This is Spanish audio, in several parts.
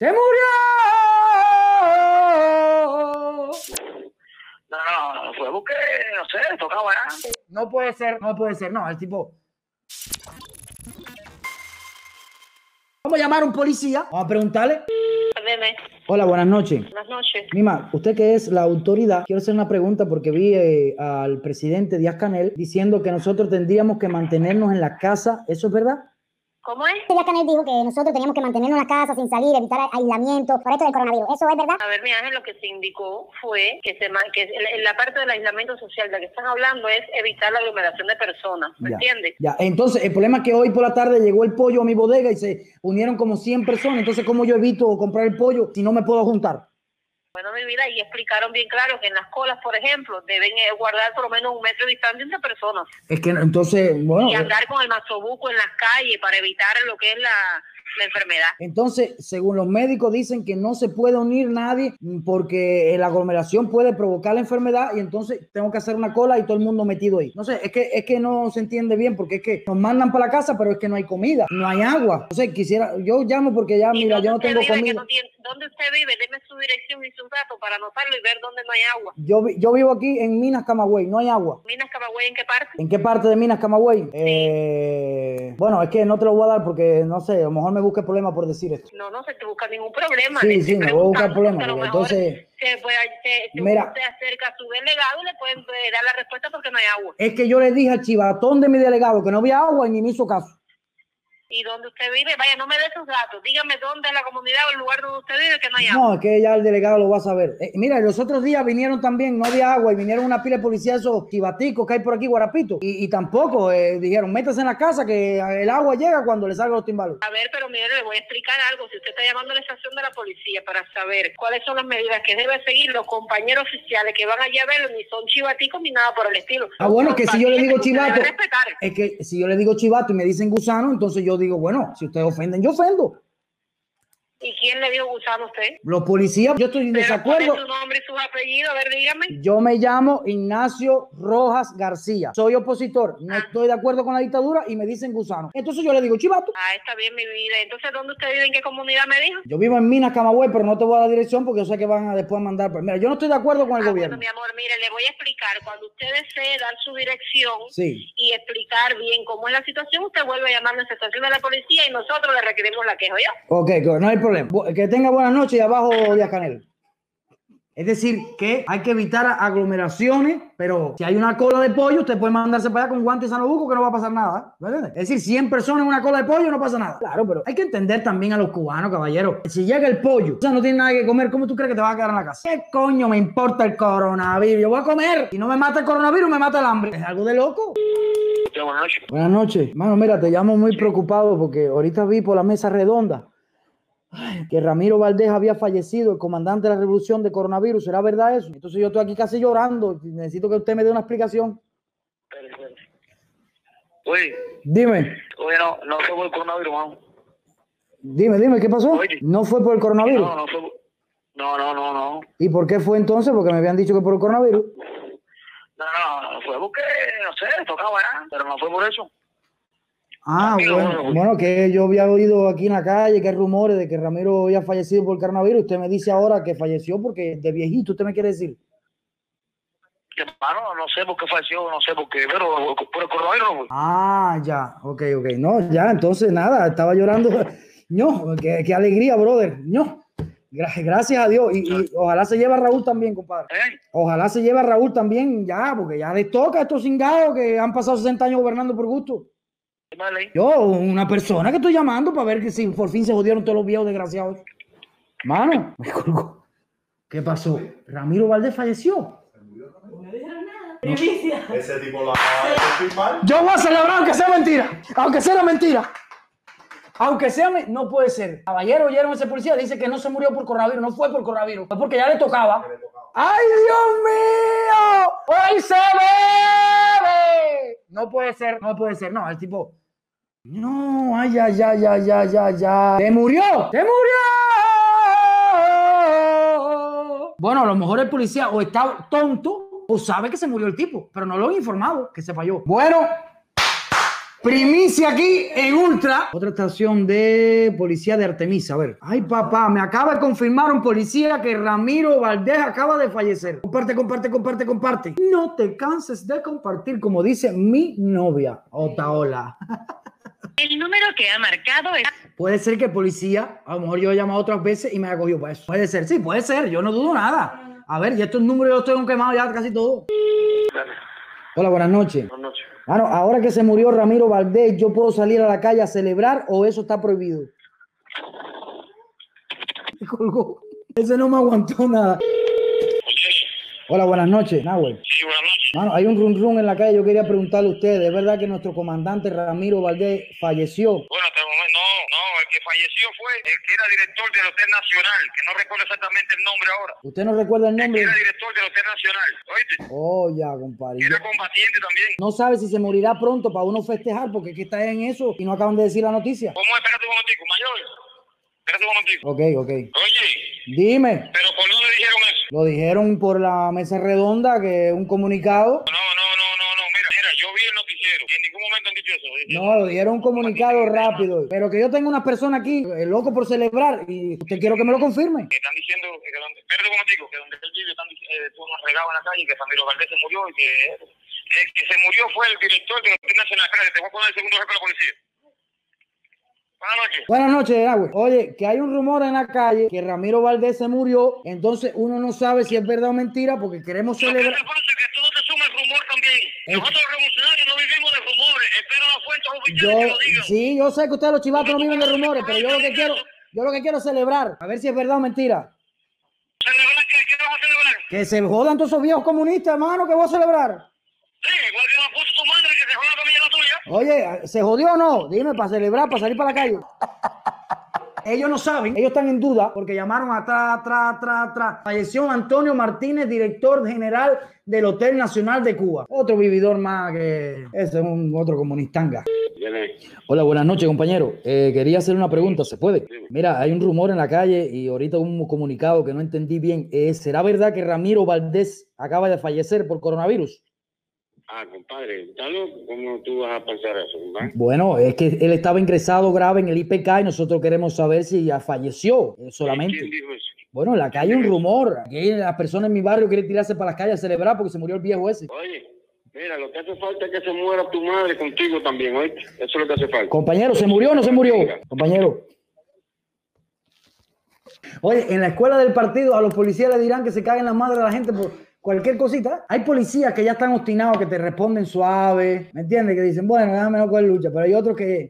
¡Se murió! No, no, fue porque, no sé, tocaba ¿eh? ya. No puede ser, no puede ser, no, el tipo. Vamos a llamar a un policía, vamos a preguntarle. Deme, Hola, buenas noches. buenas noches. Mima, usted que es la autoridad, quiero hacer una pregunta porque vi eh, al presidente Díaz Canel diciendo que nosotros tendríamos que mantenernos en la casa. ¿Eso es verdad? ¿Cómo es? Díaz Canel dijo que nosotros teníamos que mantenernos en la casa sin salir, evitar aislamiento por esto del coronavirus. ¿Eso es verdad? A ver, mi ángel, lo que se indicó fue que se ma- que en la parte del aislamiento social de la que están hablando es evitar la aglomeración de personas, ¿me Ya. entiendes? Ya, entonces el problema es que hoy por la tarde llegó el pollo a mi bodega y se unieron como 100 personas. Entonces, ¿cómo yo evito comprar el pollo si no me puedo juntar? Bueno, mi vida, y explicaron bien claro que en las colas, por ejemplo, deben eh, guardar por lo menos un metro de distancia entre personas Es que no- entonces, bueno, y andar con el mazobuco en las calles para evitar lo que es la, la enfermedad. entonces, según los médicos dicen que no se puede unir nadie mm, porque la aglomeración puede provocar la enfermedad y entonces tengo que hacer una cola y todo el mundo metido ahí. No sé, es que, es que no se entiende bien porque es que nos mandan para la casa, pero es que no hay comida, no hay agua. No sé, quisiera, yo llamo porque ya, ¿Y Ah, mira, yo no dónde tengo usted vive, que comida. no tiene- ¿Dónde usted vive? Deme su dirección y su dato para anotarlo y ver dónde no hay agua. Yo, vi- yo vivo aquí en Minas Camagüey, no hay agua. Minas Camagüey, ¿en qué parte? ¿En qué parte de Minas Camagüey? Eh, bueno, es que no te lo voy a dar porque no sé, a lo mejor me busque problema por decir esto. No, no se te busca ningún problema. Sí, le sí, estoy me voy a buscar preguntando, problema. porque a lo porque mejor pues, entonces, se puede, se, se- Mira. usted acerca a su delegado y le pueden eh, dar la respuesta porque no hay agua. es que yo le dije al chivatón de mi delegado que no había agua y ni me hizo caso. Y donde usted vive, vaya, no me dé sus datos. Dígame dónde es la comunidad o el lugar donde usted vive que no hay agua. No, es que ya el delegado lo va a saber. Eh, mira, los otros días vinieron también, no había agua y vinieron una pila de policías esos chivaticos que hay por aquí, guarapitos. Y, y tampoco eh, dijeron, métase en la casa que el agua llega cuando le salgan los timbales. A ver, pero mire, le voy a explicar algo. Si usted está llamando a la estación de la policía para saber cuáles son las medidas que debe seguir los compañeros oficiales que van allá a verlo, ni son chivaticos ni nada por el estilo. Ah, bueno, Son que si yo le pacientes digo que usted debe chivato, respetar. es que si yo le digo chivato y me dicen gusano, entonces yo digo, bueno, si ustedes ofenden, yo ofendo. ¿Y quién le dio gusano a usted? Los policías, yo estoy en Pero desacuerdo. ¿cuál es su nombre y sus apellidos? A ver, dígame. Yo me llamo Ignacio Rojas García. Soy opositor, no Ah. estoy de acuerdo con la dictadura y me dicen gusano. Entonces yo le digo, chivato, Ah, está bien mi vida. Entonces, ¿dónde usted vive? ¿En qué comunidad me dijo? Ah, yo vivo en Minas Camagüey, pero no te voy a dar dirección porque yo sé que van a después mandar. Pero mira, yo no estoy de acuerdo con el Ah, gobierno. Bueno, mi amor, mire, le voy a explicar. Cuando usted desee dar su dirección Sí. y explicar bien cómo es la situación, usted vuelve a llamar a la estación de la policía y nosotros le requerimos la queja, ¿yo? Ok, co- no hay problema. Bu- Que tenga buenas noches y abajo Díaz Canel. Es decir, que hay que evitar aglomeraciones, pero si hay una cola de pollo, usted puede mandarse para allá con guantes sanobuco que no va a pasar nada. ¿eh? ¿me entiende? Es decir, 100 personas en una cola de pollo no pasa nada. Claro, pero hay que entender también a los cubanos, caballero. Si llega el pollo, o sea, no tiene nada que comer, ¿cómo tú crees que te vas a quedar en la casa? ¿Qué coño me importa el coronavirus? Yo voy a comer. Si no me mata el coronavirus, me mata el hambre. Es algo de loco. Usted, buenas noches. Buenas noches. Mano, mira, te llamo muy preocupado porque ahorita vi por la mesa redonda ay, que Ramiro Valdés había fallecido, el comandante de la revolución de coronavirus. ¿Será verdad eso? Entonces yo estoy aquí casi llorando. y Necesito que usted me dé una explicación. Espere, espere. Oye, Dime, oye, no, no fue por el coronavirus, mano. dime, dime, ¿qué pasó? Oye. No fue por el coronavirus. No, no fue por- No, no, no, no. ¿Y por qué fue entonces? Porque me habían dicho que por el coronavirus. No, no, no, fue porque, no sé, tocaba ya, pero no fue por eso. Ah, Tranquilo, bueno, bueno. bueno, que yo había oído aquí en la calle que hay rumores de que Ramiro había fallecido por el coronavirus. Usted me dice ahora que falleció porque de viejito, ¿usted me quiere decir? Que, mano, no sé por qué falleció, no sé por qué, pero por el coronavirus no fue. Ah, ya, ok, ok. No, ya, entonces nada, estaba llorando. No, qué, qué alegría, brother. No, Gra- gracias a Dios. Y, y ojalá se lleve a Raúl también, compadre. ¿Eh? Ojalá se lleve a Raúl también, ya, porque ya les toca a estos cingados que han pasado 60 años gobernando por gusto. ¿Qué más leí? Yo, una persona que estoy llamando para ver que si por fin se jodieron todos los viejos desgraciados. Mano, me colgó. ¿Qué pasó? Ramiro Valdés falleció. Ese tipo lo acaba de confirmar. Yo voy a celebrar aunque sea mentira. Aunque sea mentira. Aunque sea, me- no puede ser. Caballero, oyeron ese policía, dice que no se murió por coronavirus, no fue por coronavirus, fue porque ya le tocaba. ¡Ay, Dios mío! ¡Hoy se bebe! No puede ser, no puede ser, no, el tipo... No, ay, ay, ay, ay, ay, ay, ay. ¡Se murió! ¡Se murió! Bueno, a lo mejor el policía o está tonto o sabe que se murió el tipo, pero no lo han informado, que se falló. Bueno, Primicia aquí en Ultra. Otra estación de policía de Artemisa. A ver. Ay, papá, me acaba de confirmar un policía que Ramiro Valdés acaba de fallecer. Comparte, comparte, comparte, comparte. No te canses de compartir, como dice mi novia, Otaola. El número que ha marcado es... Puede ser que el policía, a lo mejor yo he llamado otras veces y me ha cogido para eso. Puede ser, sí, puede ser. Yo no dudo nada. A ver, y estos números yo los tengo quemados ya casi todos. Dale, Hola, buenas noches. buenas noches. Mano, ahora que se murió Ramiro Valdés, ¿yo puedo salir a la calle a celebrar o eso está prohibido? Me colgó. Ese no me aguantó nada. Hola, buenas noches, Nahuel. Sí, buenas noches. Mano, hay un rum rum en la calle. Yo quería preguntarle a ustedes, ¿es verdad que nuestro comandante Ramiro Valdés falleció? Bueno, hasta el momento, no, no, el que falleció fue el que era director del Hotel Nacional, que no recuerdo exactamente el nombre ahora. ¿Usted no recuerda el El que nombre? era director del Hotel Nacional, ¿oíste? Oh, ya, compadre. Que era combatiente también. No sabe si se morirá pronto para uno festejar porque es que está en eso y no acaban de decir la noticia. ¿Cómo? es? Espérate un momentico, mayor. Espérate un momentico. Ok, ok. Oye, Dime. pero ¿por dónde dijeron eso? Lo dijeron por la mesa redonda que un comunicado. No, no, no, no, no, mira, mira, yo vi el noticiero. En ningún momento han dicho eso. ¿oíste? No, lo dieron un comunicado rápido. Pero que yo tengo una persona aquí, eh, loco por celebrar, y usted quiero que me lo confirme. Que están diciendo, eh, que donde, espérate un momentico, que donde él vive están dic- eh, estuvo regado en la calle, que Ramiro Valdés se murió y que el que se murió fue el director del Hotel Nacional. Espérate, te voy a poner el segundo jefe de la policía. Buenas noches. Buenas noches, Agüe. Oye, que hay un rumor en la calle que Ramiro Valdés se murió, entonces uno no sabe si es verdad o mentira porque queremos Lo que celebrar. te pasa es que todo te suma el rumor también. Nosotros los revolucionarios no vivimos de rumores. Espero las fuentes Yo, oficiales que lo digan. sí, yo sé que ustedes los chivatos no viven de rumores, pero yo lo que quiero, yo lo que quiero es celebrar, a ver si es verdad o mentira. ¿Celebrar qué? ¿Qué vas a celebrar? Que se jodan todos esos viejos comunistas, hermano, que voy a celebrar. Sí, igual que la puso tu madre que se fue a la familia tuya. Oye, ¿se jodió o no? Dime, para celebrar, para salir para la calle. Ellos no saben, ellos están en duda porque llamaron a tra, tra, tra, tra. Falleció Antonio Martínez, director general del Hotel Nacional de Cuba. Otro vividor más que... Ese es un otro comunistanga. Hola, buenas noches, compañero. Eh, quería hacer una pregunta, ¿se puede? Mira, hay un rumor en la calle y ahorita hubo un comunicado que no entendí bien. Eh, ¿Será verdad que Ramiro Valdés acaba de fallecer por coronavirus? Ah, compadre, dalo, ¿cómo tú vas a pensar eso, compadre? Bueno, es que él estaba ingresado grave en el IPK y nosotros queremos saber si ya falleció eh, ¿Quién solamente. dijo eso? Bueno, en la calle hay un rumor. Aquí las personas en mi barrio quieren tirarse para las calles a celebrar porque se murió el viejo ese. Oye, mira, lo que hace falta es que se muera tu madre contigo también, ¿oíste? Eso es lo que hace falta. Compañero, ¿se murió o no se murió? Compañero. Oye, en la escuela del partido a los policías le dirán que se caguen la madre de la gente por cualquier cosita. Hay policías que ya están obstinados, que te responden suave, ¿me entiendes? Que dicen, bueno, déjame no coger lucha, pero hay otros que...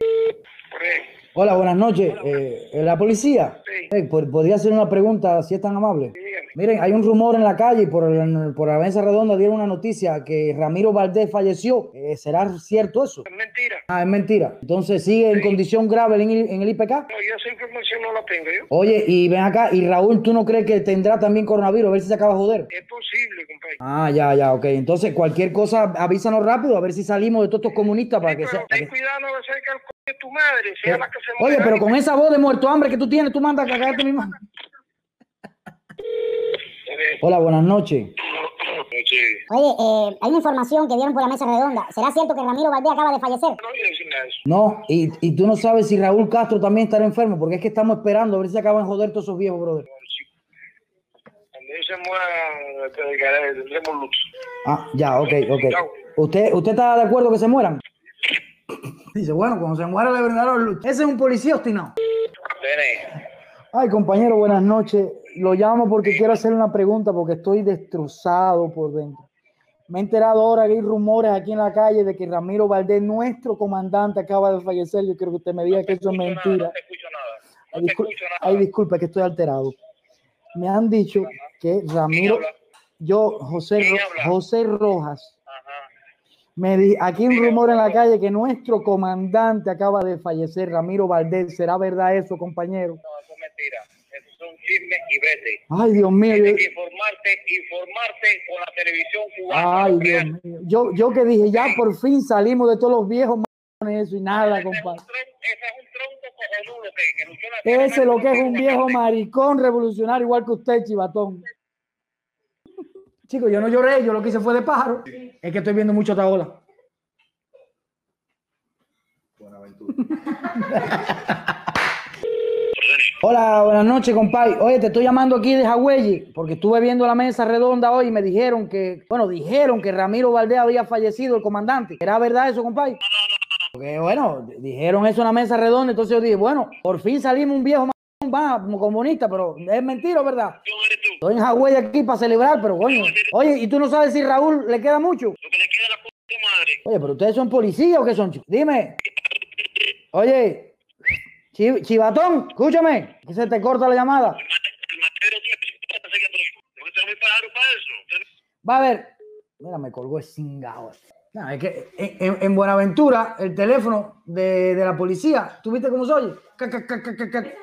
Hola, buenas noches. Eh, eh, ¿La policía? Eh, ¿pod- ¿Podría hacer una pregunta si es tan amable? Miren, hay un rumor en la calle y por, el- por la mesa redonda dieron una noticia que Ramiro Valdés falleció. Eh, ¿Será cierto eso? Es mentira. Ah, es mentira. Entonces sigue en condición grave en, el- en el IPK. No, yo esa información no la tengo yo. Oye, y ven acá, y Raúl, ¿tú no crees que tendrá también coronavirus? A ver si se acaba de joder. Es posible, compadre. Ah, ya, ya, ok. Entonces, cualquier cosa, avísanos rápido, a ver si salimos de todos estos comunistas para Sí, que sea. pero para ten que- cuidado, no se que el c- de tu madre, sea la que se Oye, muera. pero con esa voz de muerto hambre que tú tienes, tú mandas a cagarte mi mano. Hola, buenas noches. Oye, Oye, eh, hay una información que dieron por la mesa redonda. ¿Será cierto que Ramiro Valdés acaba de fallecer? no voy a decir nada de eso. No, y, y tú no sabes si Raúl Castro también estará enfermo, porque es que estamos esperando a ver si se acaban de joder todos esos viejos, brother. Cuando yo se muera, te dedicaré, tendremos luto. Ah, ya, ok, ok. ¿Usted, ¿Usted está de acuerdo que se mueran? Dice, bueno, cuando se muera le brindaron luz. Ese es un policía obstinado. Nene, Ay, compañero, buenas noches. Lo llamo porque quiero hacer una pregunta porque estoy destrozado por dentro. Me he enterado ahora que hay rumores aquí en la calle de que Ramiro Valdés, nuestro comandante, acaba de fallecer. Yo quiero que usted me diga que eso es escucho mentira. nada, no te escucho nada. Ay, No te discul- escucho nada. ay, disculpa, que estoy alterado. Me han dicho que Ramiro, habla? yo, José, ¿Quién Ro- habla? José Rojas, Ajá. me di, aquí hay un rumor en la calle que nuestro comandante acaba de fallecer, Ramiro Valdés. ¿Será verdad eso, compañero? No, eso es mentira. Eso es un chisme y vete. Ay, Dios mío. yo- Tienes que informarte, informarte con la televisión cubana. ay, lo real. Dios mío. Yo, yo que dije, ya por fin salimos de todos los viejos manes eso y nada, Ese es un compadre. tron- ese es un tronco cojonudo que, que luchó en la guerra Ese es lo que es un contra- viejo maricón revolucionario, igual que usted, chivatón. Chicos, yo no lloré, yo lo que hice fue de pájaro. Es que estoy viendo mucho Taola. Hola, buenas noches, compadre. Oye, te estoy llamando aquí de Jagüey porque estuve viendo la mesa redonda hoy y me dijeron que, bueno, dijeron que Ramiro Valdés había fallecido, el comandante. ¿Era verdad eso, compadre? Porque, bueno, di- dijeron eso en la mesa redonda, entonces yo dije, bueno, por fin salimos un viejo m- va, como comunista, pero es mentira, o ¿verdad? ¿Cómo eres tú? Estoy en Hawái aquí para celebrar, pero coño. Oye, ¿y tú no sabes si Raúl le queda mucho? Lo que le queda a la puta de tu madre. Oye, pero ustedes son policías o qué son, chicos? Dime. Oye, chi- chivatón, escúchame, que se te corta la llamada. El mate- el matero tiene que ser para que tú. Porque tú eres muy parado para eso. Tú eres- Va a ver. Mira, me colgó el cingado. No, es que en, en- en Buenaventura, el teléfono de, de la policía, ¿tú viste cómo se oye? Cac, cac, cac, cac, cac, cac.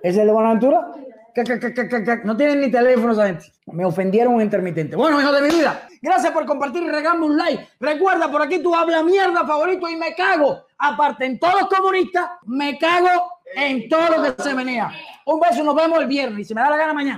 ¿Es el de Buenaventura? Cac, cac, cac, cac, cac, cac. No tienen ni teléfono esa gente. Me ofendieron un intermitente. Bueno, hijo de mi vida, gracias por compartir y regarme un like. Recuerda, por aquí tú habla mierda favorito y me cago. Aparte, en todos los comunistas, me cago en todo lo que se venía. Un beso, nos vemos el viernes. Y si me da la gana, mañana.